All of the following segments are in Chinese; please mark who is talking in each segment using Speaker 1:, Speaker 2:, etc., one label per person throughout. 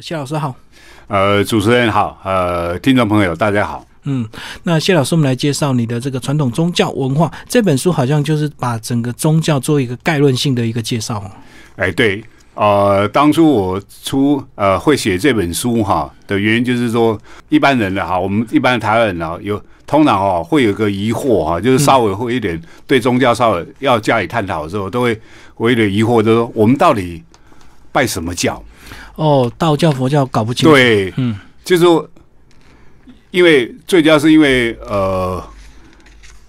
Speaker 1: 谢老师好，
Speaker 2: 呃，主持人好，呃，听众朋友大家好。
Speaker 1: 嗯，那谢老师，我们来介绍你的这个传统宗教文化这本书，好像就是把整个宗教做一个概论性的一个介绍哦。
Speaker 2: 哎，对，呃，当初我出呃会写这本书哈的原因，就是说一般人啊的哈，我们一般台湾人啊，有通常哦会有个疑惑哈，就是稍微会一点、对宗教稍微要加以探讨的时候，都会我有点疑惑，就是说我们到底拜什么教？
Speaker 1: 哦，道教、佛教搞不清楚。，
Speaker 2: 对，
Speaker 1: 嗯，
Speaker 2: 就是说因为最主要是因为呃，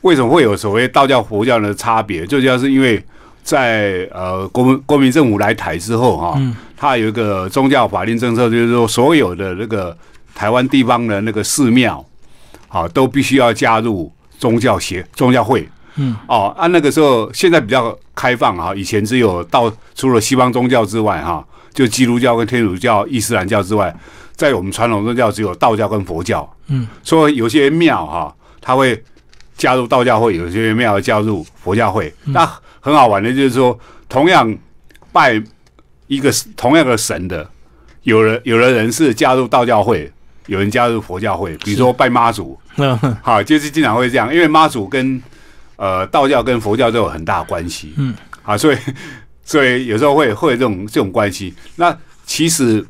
Speaker 2: 为什么会有所谓道教、佛教的差别？最主要是因为在呃国民国民政府来台之后哈、
Speaker 1: 嗯
Speaker 2: 它有一个宗教法令政策，就是说所有的那个台湾地方的那个寺庙，啊，都必须要加入宗教协宗教会。
Speaker 1: 嗯，
Speaker 2: 哦，啊，那个时候现在比较开放啊，以前只有到除了西方宗教之外哈、就基督教跟天主教、伊斯兰教之外，在我们传统宗教只有道教跟佛教。
Speaker 1: 嗯，
Speaker 2: 所以有些庙哈、它会加入道教会，有些庙加入佛教会。那很好玩的就是说，同样拜一个同样的神的，有人有的人是加入道教会，有人加入佛教会，比如说拜妈祖，
Speaker 1: 那、嗯哼
Speaker 2: 好，就是经常会这样，因为妈祖跟呃道教跟佛教都有很大关系，
Speaker 1: 嗯，
Speaker 2: 啊，所以所以有时候会会有这种这种关系。那其实，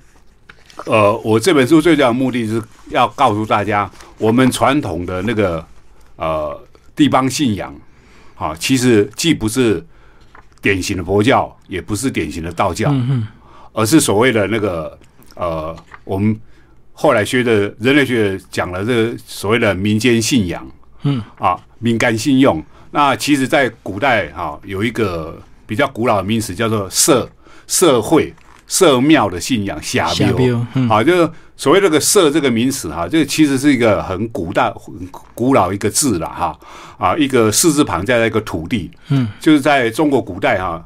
Speaker 2: 呃，我这本书最主要的目的就是要告诉大家，我们传统的那个呃地方信仰，好、其实既不是典型的佛教，也不是典型的道教，
Speaker 1: 嗯嗯
Speaker 2: 而是所谓的那个呃，我们后来学的人类学讲了这个所谓的民间信仰
Speaker 1: 嗯
Speaker 2: 啊，民间信用。那其实，在古代哈、啊，有一个比较古老的名词叫做社社会社庙的信仰，下
Speaker 1: 下
Speaker 2: 庙。
Speaker 1: 标，嗯，
Speaker 2: 啊，就是所谓这个“社”这个名词哈、这个其实是一个很古代、很古老一个字了哈啊，一个“四”字旁加在一个“土地”，
Speaker 1: 嗯，
Speaker 2: 就是在中国古代哈、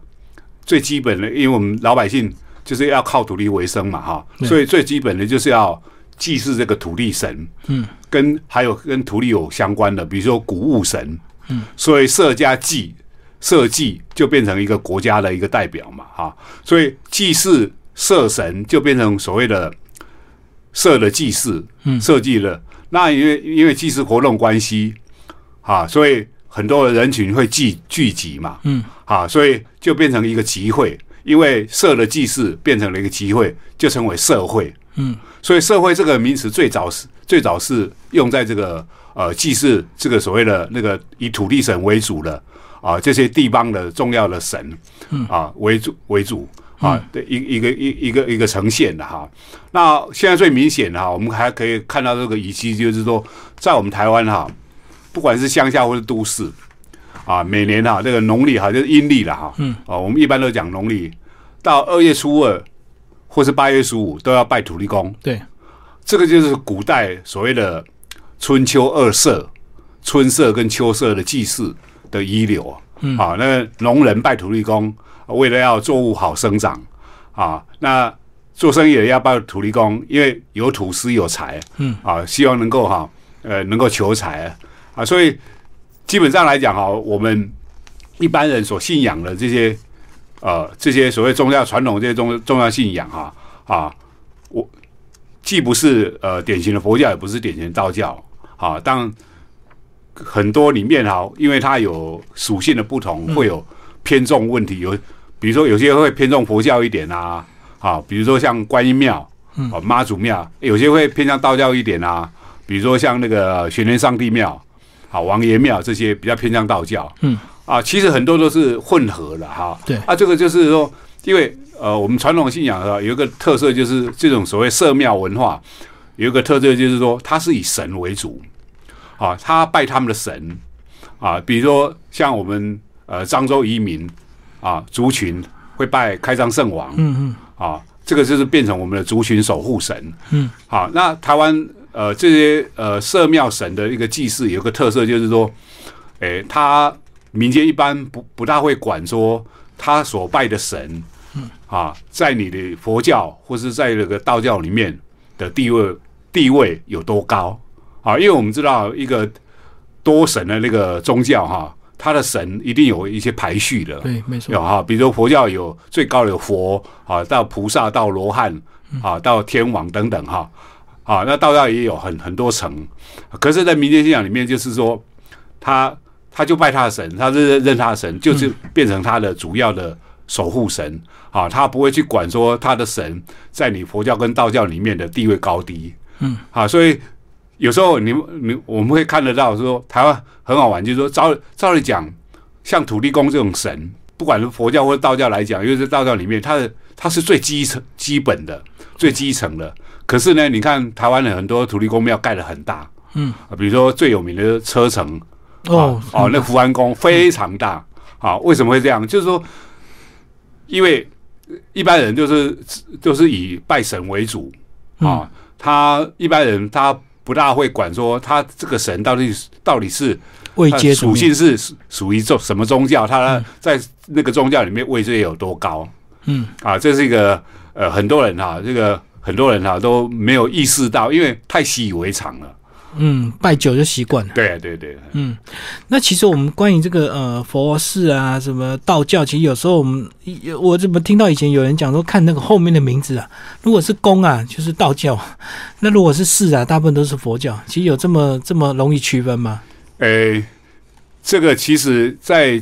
Speaker 2: 最基本的，因为我们老百姓就是要靠土地为生嘛哈、
Speaker 1: 对
Speaker 2: 所以最基本的就是要祭祀这个土地神，
Speaker 1: 嗯，
Speaker 2: 跟还有跟土地有相关的，比如说谷物神，嗯，所以社家祭。社稷就变成一个国家的一个代表嘛，哈、所以祭祀社神就变成所谓的设的祭祀，
Speaker 1: 嗯
Speaker 2: 设计了。那因为因为祭祀活动关系，啊，所以很多的人群会聚聚集嘛，
Speaker 1: 嗯，
Speaker 2: 啊，所以就变成一个集会。因为设的祭祀变成了一个集会，就成为社会。
Speaker 1: 嗯，
Speaker 2: 所以社会这个名词最早是最早是用在这个呃祭祀这个所谓的那个以土地神为主的啊、这些地方的重要的神，啊为主为主啊的一一个一一个一个呈现的哈。那现在最明显的哈，我们还可以看到这个遗迹，就是说在我们台湾哈，不管是乡下或是都市啊，每年哈这个农历哈就是阴历了哈，
Speaker 1: 嗯，
Speaker 2: 啊我们一般都讲农历到二月初二或是八月十五都要拜土地公，
Speaker 1: 对，
Speaker 2: 这个就是古代所谓的春秋二社，春社跟秋社的祭祀的遗留啊。
Speaker 1: 嗯
Speaker 2: 啊，那农人拜土地公，为了要作物好生长啊，那做生意也要拜土地公，因为有土司有财，
Speaker 1: 嗯
Speaker 2: 啊，希望能够哈、呃能够求财啊，所以基本上来讲哈、我们一般人所信仰的这些呃这些所谓宗教传统这些宗宗教信仰哈啊我既不是呃典型的佛教，也不是典型的道教啊，当然很多里面哈，因为它有属性的不同，会有偏重问题。有比如说有些会偏重佛教一点啊，啊，比如说像观音庙、啊妈祖庙，有些会偏向道教一点啊，比如说像那个呃玄天上帝庙、啊王爷庙这些比较偏向道教。
Speaker 1: 嗯，
Speaker 2: 啊，其实很多都是混合的哈。
Speaker 1: 对
Speaker 2: 啊，这个就是说，因为呃，我们传统信仰啊有一个特色，就是这种所谓社庙文化有一个特色，就是说它是以神为主。啊，他拜他们的神啊，比如说像我们呃漳州移民啊族群会拜开漳圣王
Speaker 1: 嗯嗯
Speaker 2: 啊，这个就是变成我们的族群守护神。
Speaker 1: 嗯，
Speaker 2: 好、那台湾呃这些呃社庙神的一个祭祀有一个特色就是说，诶，他民间一般不不大会管说他所拜的神。
Speaker 1: 嗯
Speaker 2: 啊，在你的佛教或是在那个道教里面的地位地位有多高啊？因为我们知道一个多神的那个宗教哈、它的神一定有一些排序的，
Speaker 1: 对没错
Speaker 2: 有哈、比如说佛教有最高的有佛啊，到菩萨到罗汉
Speaker 1: 嗯
Speaker 2: 啊，到天王等等哈，啊，那道教也有很很多层，可是，在民间信仰里面，就是说他他就拜他的神，他认认他的神，就是变成他的主要的守护神啊，他不会去管说他的神在你佛教跟道教里面的地位高低，
Speaker 1: 嗯，
Speaker 2: 啊，所以有时候你们你我们会看得到说台湾很好玩，就是说照照理讲，像土地公这种神，不管是佛教或道教来讲，因为是道教里面，它的它是最基层基本的、最基层的。可是呢，你看台湾的很多土地公庙盖得很大，
Speaker 1: 嗯
Speaker 2: 啊，比如说最有名的就是车城，
Speaker 1: 哦
Speaker 2: 啊哦，那福安宫非常大啊。为什么会这样？就是说，因为一般人就是就是以拜神为主
Speaker 1: 嗯
Speaker 2: 啊，他一般人他不大会管说他这个神到底是到底是
Speaker 1: 未
Speaker 2: 它
Speaker 1: 接
Speaker 2: 呃属
Speaker 1: 触
Speaker 2: 性是属属于宗什么宗教，他在那个宗教里面位置有多高
Speaker 1: 嗯
Speaker 2: 啊？这是一个呃，很多人哈、这个很多人哈、都没有意识到，因为太习以为常了。
Speaker 1: 嗯，拜久就习惯了。
Speaker 2: 对对对，
Speaker 1: 嗯，那其实我们关于这个呃佛寺啊，什么道教，其实有时候我们我怎么听到以前有人讲说，看那个后面的名字啊，如果是宫啊， 就是道教；那如果是寺啊，大部分都是佛教。其实有这么这么容易区分吗？
Speaker 2: 诶，呃这个其实在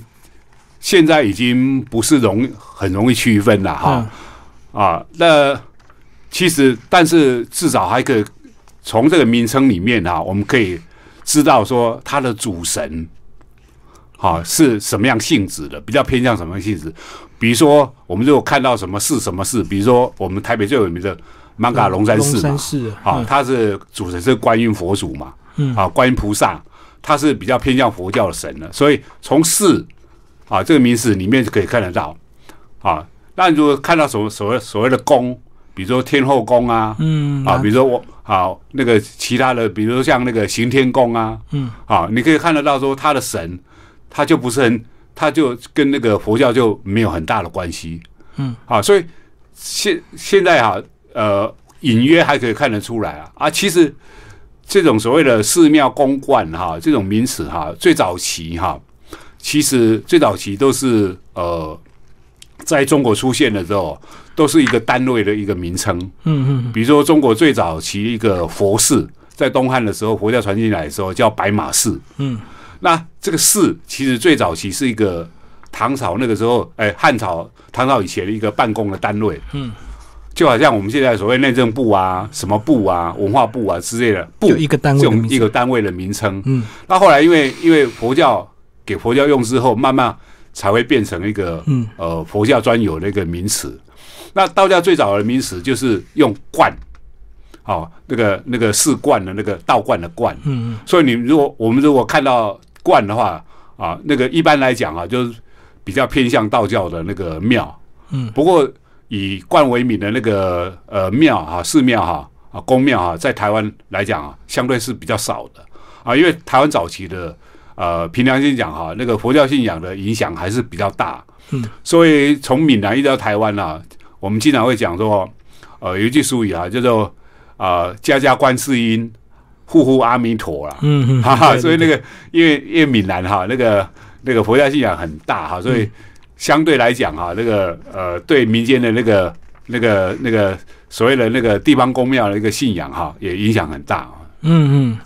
Speaker 2: 现在已经不是容很容易区分了
Speaker 1: 嗯
Speaker 2: 哈。啊，那其实但是至少还可以从这个名称里面啊，我们可以知道说它的主神啊是什么样性质的，比较偏向什么样性质。比如说，我们如果看到什么事什么事，比如说我们台北最有名的芒
Speaker 1: 嗯，
Speaker 2: 嘎龙山寺
Speaker 1: 龙
Speaker 2: 嘛
Speaker 1: 山，寺
Speaker 2: 啊，它是主神是观音佛祖嘛，
Speaker 1: 嗯
Speaker 2: 啊，观音菩萨，他是比较偏向佛教的神的，所以从寺啊这个名字里面就可以看得到啊。那如果看到所所谓所谓的宫，比如说天后宫啊，
Speaker 1: 嗯
Speaker 2: 啊，比如说我啊那个其他的，比如说像那个行天宫啊，
Speaker 1: 嗯，
Speaker 2: 啊，你可以看得到说他的神，他就不是很，他就跟那个佛教就没有很大的关系，
Speaker 1: 嗯，
Speaker 2: 啊，所以现现在哈、呃，隐约还可以看得出来啊，啊，其实这种所谓的寺庙公观哈、这种名词哈、最早期哈、其实最早期都是呃，在中国出现的时候，都是一个单位的一个名称，
Speaker 1: 嗯嗯
Speaker 2: 比如说，中国最早期一个佛寺，在东汉的时候，佛教传进来的时候叫白马寺。
Speaker 1: 嗯
Speaker 2: 那这个寺其实最早期是一个唐朝那个时候，哎，汉朝唐朝以前的一个办公的单位。
Speaker 1: 嗯，
Speaker 2: 就好像我们现在所谓内政部啊、什么部啊、文化部啊之类的部，
Speaker 1: 就一个单位
Speaker 2: 这
Speaker 1: 的
Speaker 2: 种
Speaker 1: 名字
Speaker 2: 一个单位的名称。
Speaker 1: 嗯
Speaker 2: 那后来因为因为佛教给佛教用之后，慢慢才会变成一个
Speaker 1: 嗯
Speaker 2: 呃佛教专有的一个名词。那道教最早的名词就是用观，哦，那个那个四观的那个道观的观。
Speaker 1: 嗯
Speaker 2: 所以你如果我们如果看到观的话啊，那个一般来讲啊，就是比较偏向道教的那个庙。
Speaker 1: 嗯
Speaker 2: 不过以观为名的那个呃庙啊、寺庙哈啊、宫庙啊，在台湾来讲啊，相对是比较少的啊，因为台湾早期的呃凭良心讲哈、那个佛教信仰的影响还是比较大。
Speaker 1: 嗯，
Speaker 2: 所以从闽南一直到台湾啊，我们经常会讲说，呃，有一句俗语啊，叫做啊“家家观世音，户户阿弥陀”啦。
Speaker 1: 嗯嗯，
Speaker 2: 哈哈，所以那个因为因为闽南哈那个那个佛教信仰很大哈，所以相对来讲哈，那个呃对民间的那个那个那个所谓的那个地方公庙的一个信仰哈，也影响很大啊。
Speaker 1: 嗯嗯，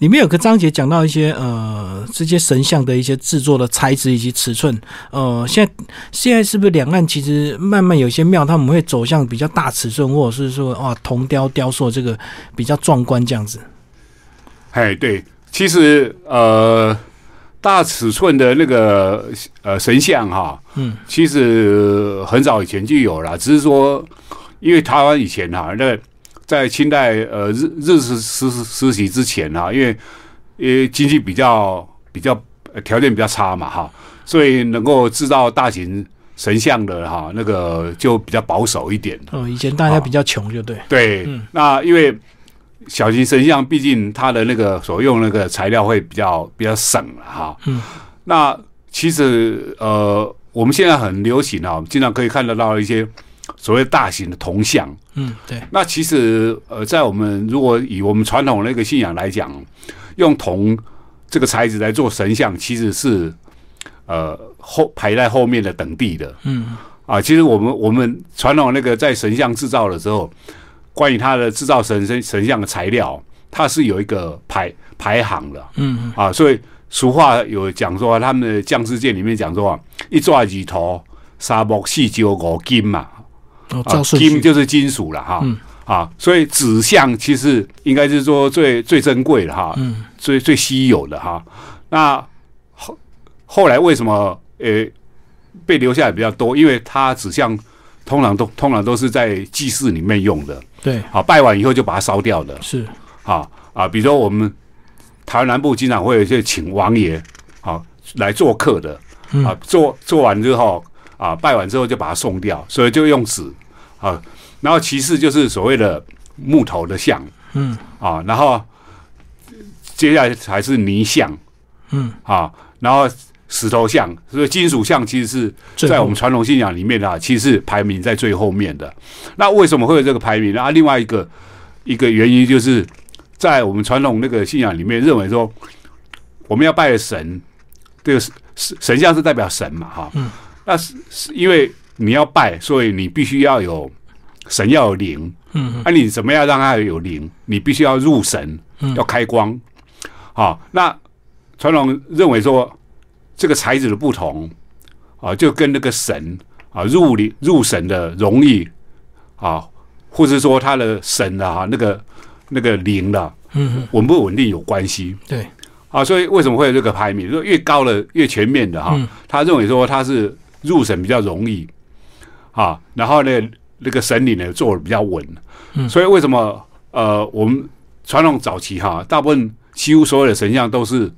Speaker 1: 里面有个章节讲到一些呃这些神像的一些制作的材质以及尺寸。呃，现在现在是不是两岸其实慢慢有些庙他们会走向比较大尺寸，或者是说哇铜雕雕塑这个比较壮观这样子。
Speaker 2: 哎，对，其实呃大尺寸的那个呃神像哈，
Speaker 1: 嗯，
Speaker 2: 其实很早以前就有了，只是说因为台湾以前哈、那在清代呃日日治时时期之前啊，因为因为经济比较比较呃条件比较差嘛哈，所以能够制造大型神像的哈、那个就比较保守一点。
Speaker 1: 呃，以前大家比较穷，就对。
Speaker 2: 对，
Speaker 1: 嗯
Speaker 2: 那因为小型神像，毕竟它的那个所用那个材料会比较比较省了哈。
Speaker 1: 嗯，
Speaker 2: 那其实呃，我们现在很流行啊，我们经常可以看得到一些所谓大型的铜像。
Speaker 1: 嗯，对，
Speaker 2: 那其实呃，在我们如果以我们传统那个信仰来讲，用铜这个材质来做神像，其实是呃后排在后面的等地的。
Speaker 1: 嗯
Speaker 2: 啊，其实我们我们传统那个在神像制造的时候，关于它的制造神神神像的材料，它是有一个排排行的
Speaker 1: 嗯，
Speaker 2: 啊，所以俗话有讲说，他们的将士剑里面讲说啊，一抓几头，沙漠细九五金嘛，
Speaker 1: 哦，
Speaker 2: 啊
Speaker 1: 照，顺
Speaker 2: 金
Speaker 1: 序，
Speaker 2: 就是金属了哈。
Speaker 1: 嗯
Speaker 2: 啊，所以指向其实应该是说最最珍贵的哈，
Speaker 1: 嗯
Speaker 2: 最最稀有的哈。那后后来为什么呃被留下来比较多？因为它指向通常都通常都是在祭祀里面用的，
Speaker 1: 对，
Speaker 2: 好、拜完以后就把它烧掉的，
Speaker 1: 是，
Speaker 2: 啊啊，比如说我们台湾南部经常会有一些请王爷啊来做客的
Speaker 1: 嗯
Speaker 2: 啊，做做完之后啊拜完之后就把它送掉，所以就用纸啊。然后其次就是所谓的木头的像
Speaker 1: 嗯
Speaker 2: 啊，然后接下来才是泥像
Speaker 1: 嗯，
Speaker 2: 啊，然后石头像，所以金属像其实是
Speaker 1: 最
Speaker 2: 在
Speaker 1: 后
Speaker 2: 我们传统信仰里面啊，其实是排名在最后面的。那为什么会有这个排名呢？啊，另外一个一个原因就是在我们传统那个信仰里面，认为说我们要拜的神，这个神神像是代表神嘛，哈，
Speaker 1: 嗯，
Speaker 2: 那是是因为你要拜，所以你必须要有神要有灵，
Speaker 1: 嗯
Speaker 2: 那、你怎么样让它有灵？你必须要入神
Speaker 1: 嗯，
Speaker 2: 要开光。好、那传统认为说这个材质的不同啊，就跟那个神啊入灵入神的容易啊，或是说它的神的哈、那个那个灵的、
Speaker 1: 嗯嗯，
Speaker 2: 稳不稳定有关系
Speaker 1: 对，
Speaker 2: 啊。所以为什么会有这个排名？说越高的越全面的哈、
Speaker 1: 嗯
Speaker 2: 他认为说他是入神比较容易啊，然后呢，那个神理呢做的比较稳，
Speaker 1: 嗯
Speaker 2: 所以为什么呃，我们传统早期哈、大部分几乎所有的神像都是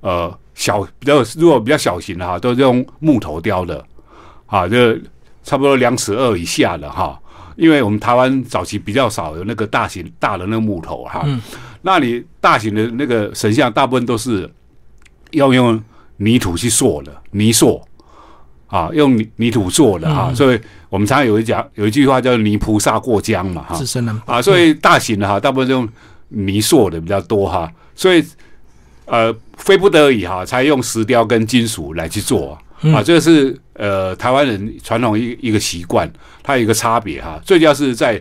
Speaker 2: 呃小比较如果比较小型的哈、都是用木头雕的啊，就差不多两尺二以下的哈、因为我们台湾早期比较少有那个大型大的那个木头哈、
Speaker 1: 嗯
Speaker 2: 那你大型的那个神像大部分都是要用泥土去塑的泥塑啊，用泥泥土做的啊，
Speaker 1: 嗯
Speaker 2: 所以我们常常有一讲有一句话叫泥菩萨过江嘛哈
Speaker 1: 自身难保
Speaker 2: 啊，所以大型的哈，大部分用泥塑的比较多哈，所以呃，非不得已哈，才用石雕跟金属来去做
Speaker 1: 嗯
Speaker 2: 啊，这个是呃台湾人传统一一个习惯，它有一个差别哈，最主要是在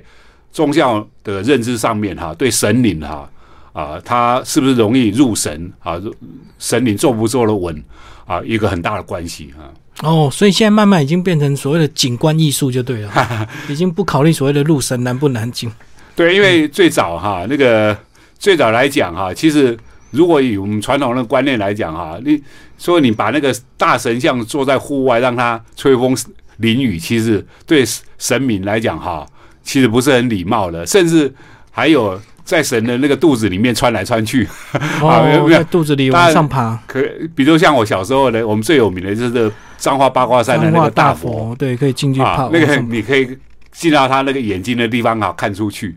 Speaker 2: 宗教的认知上面哈，对神灵哈啊，它是不是容易入神啊，入神灵做不做得稳啊，一个很大的关系啊。
Speaker 1: 哦，所以现在慢慢已经变成所谓的景观艺术就对了，已经不考虑所谓的入神难不难进，
Speaker 2: 对，因为最早哈，那个最早来讲哈，其实如果以我们传统的观念来讲哈，你说你把那个大神像坐在户外，让它吹风淋雨，其实对神明来讲哈，其实不是很礼貌的，甚至还有在神的那个肚子里面穿来穿去。 啊没有
Speaker 1: 哦，
Speaker 2: 没有
Speaker 1: 在肚子里往上爬，
Speaker 2: 可比如像我小时候呢，我们最有名的就是彰化八卦山的
Speaker 1: 彰
Speaker 2: 那
Speaker 1: 化
Speaker 2: 个
Speaker 1: 大
Speaker 2: 大佛，
Speaker 1: 佛，对，可以进去
Speaker 2: 啊
Speaker 1: 泡，，
Speaker 2: 那个
Speaker 1: 往上
Speaker 2: 你可以进到他那个眼睛的地方啊，看出去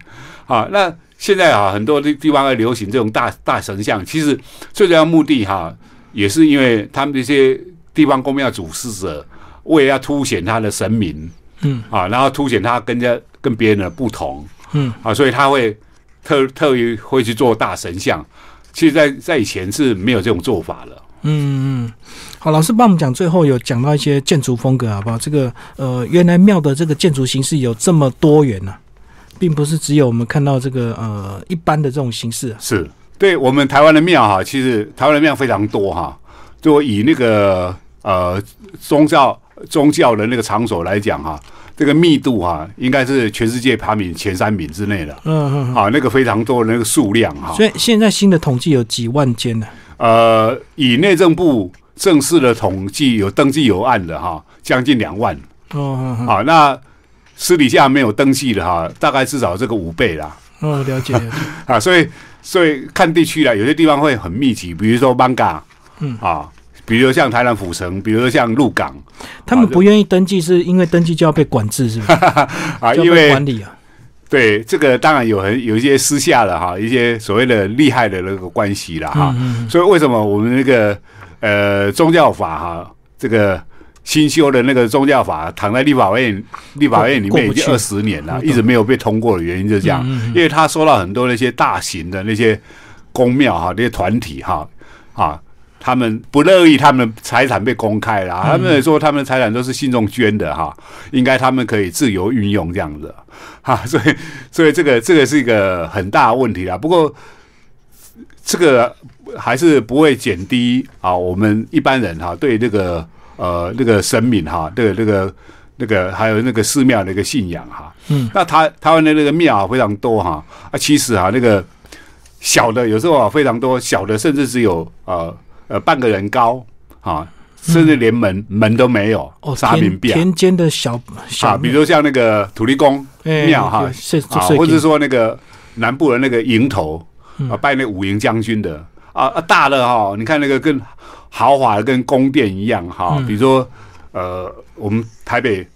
Speaker 2: 啊。那现在啊，很多地地方在流行这种大大神像，其实最主要目的哈、也是因为他们这些地方公庙主事者，为了要凸显他的神明，
Speaker 1: 嗯
Speaker 2: 啊，然后凸显他跟人家跟别人的不同，
Speaker 1: 嗯
Speaker 2: 啊，所以他会特特意会去做大神像。其实在，在以前是没有这种做法的。
Speaker 1: 嗯嗯，好，老师帮我们讲，最后有讲到一些建筑风格，好不好？这个呃，原来庙的这个建筑形式有这么多元呢、并不是只有我们看到这个呃一般的这种形式啊、
Speaker 2: 是对我们台湾的庙哈，其实台湾的庙非常多哈。就以那个呃宗教宗教的那个场所来讲哈，这个密度哈，应该是全世界排名前三名之内的
Speaker 1: 嗯嗯
Speaker 2: 啊，那个非常多的那个数量哈
Speaker 1: 嗯。。所以现在新的统计有几万间啊呢、
Speaker 2: 呃，以内政部正式的统计有登记有案的哈，将近两万
Speaker 1: 哦，嗯嗯
Speaker 2: 啊。那私底下没有登记的哈，大概至少这个五倍啦。
Speaker 1: 哦，了解 了解。
Speaker 2: 啊，所以所以看地区啦，有些地方会很密集，比如说邦嘎，
Speaker 1: 嗯
Speaker 2: 啊，比如说像台南府城，比如说像鹿港
Speaker 1: 他们不愿意登记，是因为登记就要被管制，是不是？
Speaker 2: 啊，
Speaker 1: 就
Speaker 2: 因
Speaker 1: 要被
Speaker 2: 为
Speaker 1: 管理啊。
Speaker 2: 对这个当然有很有一些私下的哈，一些所谓的利害的那个关系啦哈，
Speaker 1: 嗯嗯
Speaker 2: 所以为什么我们那个呃宗教法哈，这个新修的那个宗教法躺在立法院立法院里
Speaker 1: 过不
Speaker 2: 面已经
Speaker 1: 去
Speaker 2: 二十年
Speaker 1: 我
Speaker 2: 了，
Speaker 1: 懂
Speaker 2: 一直没有被通过的原因就是这样，
Speaker 1: 嗯嗯嗯嗯
Speaker 2: 因为他收到很多那些大型的那些公庙哈，那些团体哈啊，他们不乐意他们财产被公开啦，
Speaker 1: 嗯
Speaker 2: 他们也说他们财产都是信众捐的哈，应该他们可以自由运用这样子哈，所以所以这个这个是一个很大的问题啊。不过这个还是不会减低啊，我们一般人哈、对这个呃那个神明哈、这个这个那个还有那个寺庙的一个信仰哈、
Speaker 1: 嗯，
Speaker 2: 那台台湾的那个庙、啊、非常多哈啊其实啊那个小的有时候啊非常多，小的甚至只有呃呃半个人高啊，甚至连门、门都没有，
Speaker 1: 嗯哦，
Speaker 2: 沙
Speaker 1: 田
Speaker 2: 饼庙
Speaker 1: 田间的小小
Speaker 2: 啊，比如像那个土地公
Speaker 1: 哎
Speaker 2: 庙哈
Speaker 1: 对是
Speaker 2: 啊，
Speaker 1: 是
Speaker 2: 或者说那个南部的那个营头啊，拜那武营将军的啊啊，大的哈、你看那个跟豪华的跟宫殿一样哈、比如说呃，我们台北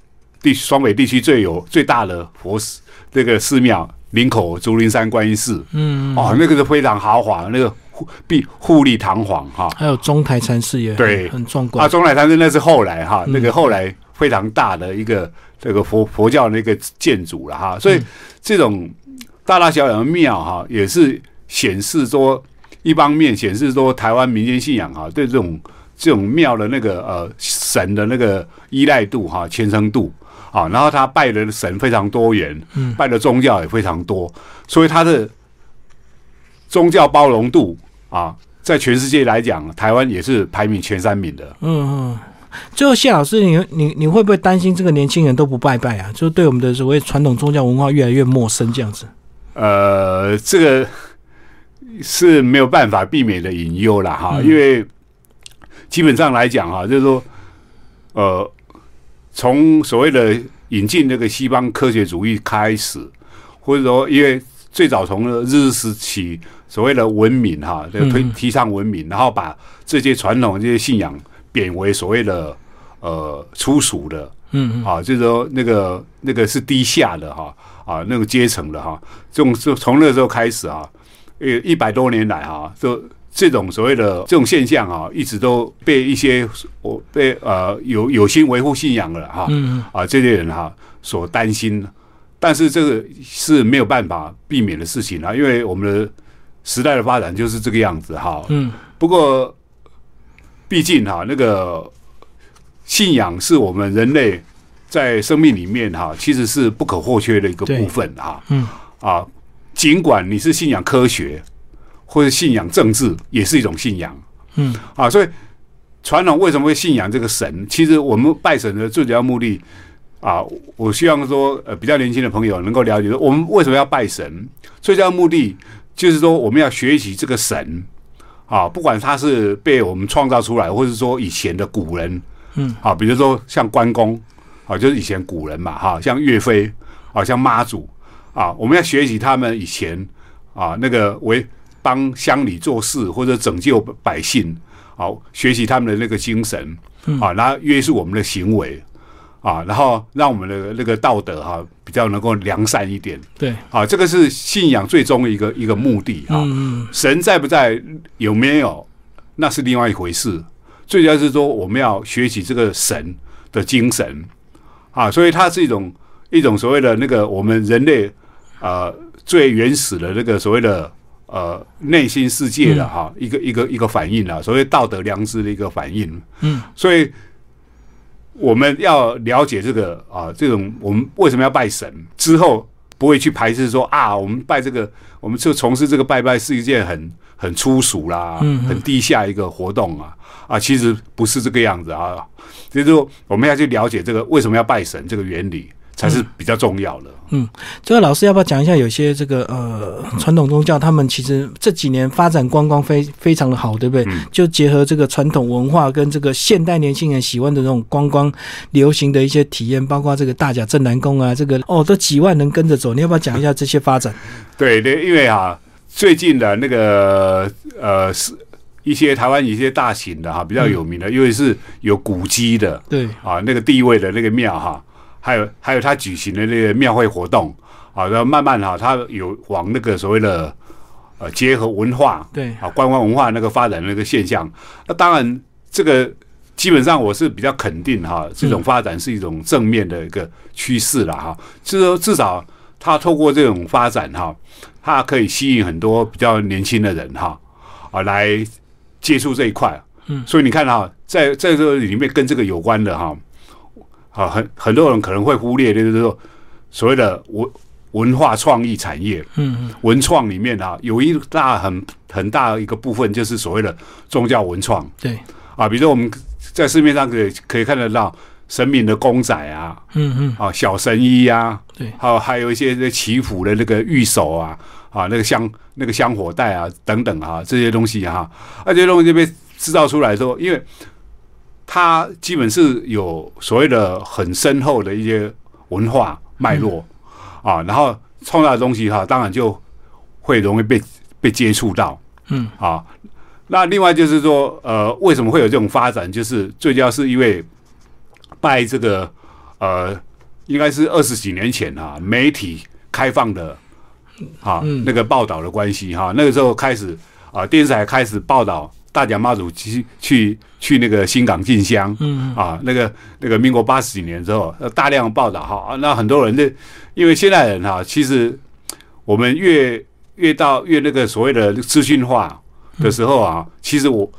Speaker 2: 地区双北地区最有最大的佛寺那个寺庙林口竹林山观音寺，
Speaker 1: 嗯，
Speaker 2: 哦，那个是非常豪华，那个富碧富丽堂皇哈、
Speaker 1: 还有中台禅寺也很
Speaker 2: 对
Speaker 1: 很壮
Speaker 2: 啊，
Speaker 1: 观，
Speaker 2: 中乃山寺那是后来哈，
Speaker 1: 嗯
Speaker 2: 那个后来非常大的一个这个佛佛教的一个建筑了
Speaker 1: 嗯
Speaker 2: 哈，所以这种大大小小的庙哈，也是显示说一方面显示说台湾民间信仰哈对这种这种庙的那个呃神的那个依赖度哈虔诚度啊，然后他拜的神非常多元，
Speaker 1: 嗯
Speaker 2: 拜的宗教也非常多，所以他的宗教包容度啊。在全世界来讲，台湾也是排名前三名的。
Speaker 1: 嗯嗯。最后，谢老师，你你你会不会担心这个年轻人都不拜拜啊？就对我们的所谓传统宗教文化越来越陌生这样子？
Speaker 2: 呃，这个是没有办法避免的隐忧了哈，
Speaker 1: 嗯
Speaker 2: 因为基本上来讲哈，就是说，呃，从所谓的引进这个西方科学主义开始，或者说，因为最早从日治时期所谓的文明哈，这个推
Speaker 1: 嗯
Speaker 2: 提倡文明，然后把这些传统这些信仰贬为所谓的呃粗俗的，
Speaker 1: 嗯嗯
Speaker 2: 啊，就是说那个那个是低下的哈啊，那种阶层的哈，这种就从那时候开始啊，呃，一百多年来哈、就这种所谓的这种现象啊，一直都被一些我被呃有有心维护信仰的哈
Speaker 1: 嗯
Speaker 2: 啊这些人哈、所担心，但是这个是没有办法避免的事情啊，因为我们的时代的发展就是这个样子哈、
Speaker 1: 嗯
Speaker 2: 不过，毕竟哈、那个信仰是我们人类在生命里面哈、其实是不可或缺的一个
Speaker 1: 对
Speaker 2: 部分哈
Speaker 1: 嗯
Speaker 2: 啊。尽管你是信仰科学，或者信仰政治，也是一种信仰
Speaker 1: 嗯
Speaker 2: 啊。所以，传统为什么会信仰这个神？其实我们拜神的最主要目的啊，我希望说呃比较年轻的朋友能够了解，说我们为什么要拜神？最主要目的就是说我们要学习这个神啊，不管他是被我们创造出来，或是说以前的古人，
Speaker 1: 嗯，
Speaker 2: 啊，比如说像关公啊，就是以前古人嘛，哈、像岳飞啊，像妈祖啊，我们要学习他们以前啊那个为帮乡里做事或者拯救百姓，好、学习他们的那个精神啊，然后约束我们的行为。啊，然后让我们的那个道德哈、比较能够良善一点
Speaker 1: 对，
Speaker 2: 啊，这个是信仰最终的一个一个目的啊。
Speaker 1: 嗯嗯
Speaker 2: 神在不在，有没有，那是另外一回事。最主要是说，我们要学习这个神的精神啊，所以它是一种一种所谓的那个我们人类呃最原始的那个所谓的呃内心世界的哈、一个一个一个反应啊，所谓道德良知的一个反应。
Speaker 1: 嗯，
Speaker 2: 所以我们要了解这个啊，这种我们为什么要拜神之后，不会去排斥说啊，我们拜这个，我们就从事这个拜拜是一件很很粗俗啦，
Speaker 1: 嗯嗯
Speaker 2: 很低下一个活动啊啊，其实不是这个样子啊，就是说我们要去了解这个为什么要拜神这个原理才是比较重要的。
Speaker 1: 嗯这个老师要不要讲一下？有些这个呃传统宗教，他们其实这几年发展观光非非常的好，对不对？就结合这个传统文化跟这个现代年轻人喜欢的那种观光流行的一些体验，包括这个大甲镇南宫啊，这个哦都几万人跟着走。你要不要讲一下这些发展？
Speaker 2: 对对，因为啊，最近的那个呃是。一些台湾一些大型的哈，啊比较有名的，
Speaker 1: 嗯
Speaker 2: 尤其是有古迹的，
Speaker 1: 对，
Speaker 2: 啊，那个地位的那个庙哈、还有还有他举行的那个庙会活动啊，然后慢慢哈、他有往那个所谓的呃结合文化
Speaker 1: 对，
Speaker 2: 啊观光文化那个发展的那个现象，那当然这个基本上我是比较肯定哈、这种发展是一种正面的一个趋势了哈，就是说至少他透过这种发展哈、它可以吸引很多比较年轻的人哈啊来接触这一块。
Speaker 1: 嗯
Speaker 2: 所以你看哈、在在这里面跟这个有关的哈、啊，很很多人可能会忽略的，就是说所谓的文文化创意产业，
Speaker 1: 嗯
Speaker 2: 文创里面啊，有一大很很大一个部分就是所谓的宗教文创
Speaker 1: 对，
Speaker 2: 啊，比如说我们在市面上可以可以看得到神明的公仔啊，
Speaker 1: 嗯嗯
Speaker 2: 啊小神医啊，
Speaker 1: 对
Speaker 2: 还有还有一些那祈福的那个玉手啊，啊那个香那个香火袋啊等等啊这些东西哈、啊，而、这些东西被制造出来之后，因为它基本是有所谓的很深厚的一些文化脉络、
Speaker 1: 嗯
Speaker 2: 啊，然后创造的东西哈、当然就会容易被被接触到，
Speaker 1: 嗯
Speaker 2: 啊。那另外就是说，呃，为什么会有这种发展？就是最主要是因为拜这个呃，应该是二十几年前啊，媒体开放的啊、
Speaker 1: 嗯
Speaker 2: 那个报道的关系哈、那个时候开始啊、电视台开始报道大甲妈祖去去去那个新港进香，
Speaker 1: 嗯
Speaker 2: 啊，那个那个民国八十几年之后，呃大量报道哈、啊那很多人就因为现代人哈、其实我们越越到越那个所谓的资讯化的时候啊，其实我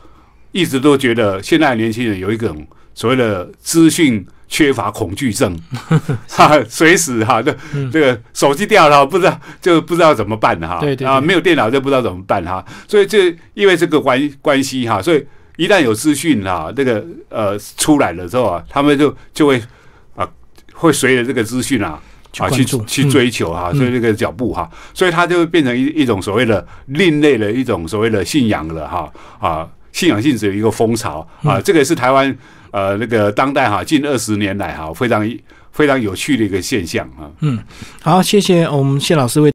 Speaker 2: 一直都觉得现在年轻人有一种所谓的资讯缺乏恐 惧症，哈、随时哈、那
Speaker 1: 嗯
Speaker 2: 这个手机掉了，不知道就不知道怎么办哈、
Speaker 1: 对对
Speaker 2: 啊，
Speaker 1: 对
Speaker 2: 没有电脑就不知道怎么办哈、所以这因为这个关关系哈、所以一旦有资讯哈，那个呃出来了之后啊，他们就就会啊会随着这个资讯啊
Speaker 1: 去
Speaker 2: 啊
Speaker 1: 关
Speaker 2: 去
Speaker 1: 注
Speaker 2: 去追求哈、
Speaker 1: 嗯
Speaker 2: 所以这个脚步哈、所以它就会变成一一种所谓的另类的一种所谓的信仰了哈啊，信仰性质的一个风潮啊，
Speaker 1: 嗯
Speaker 2: 这个是台湾呃那个当代哈、近二十年来哈、非常非常有趣的一个现象啊。
Speaker 1: 嗯，好，谢谢我们谢老师为。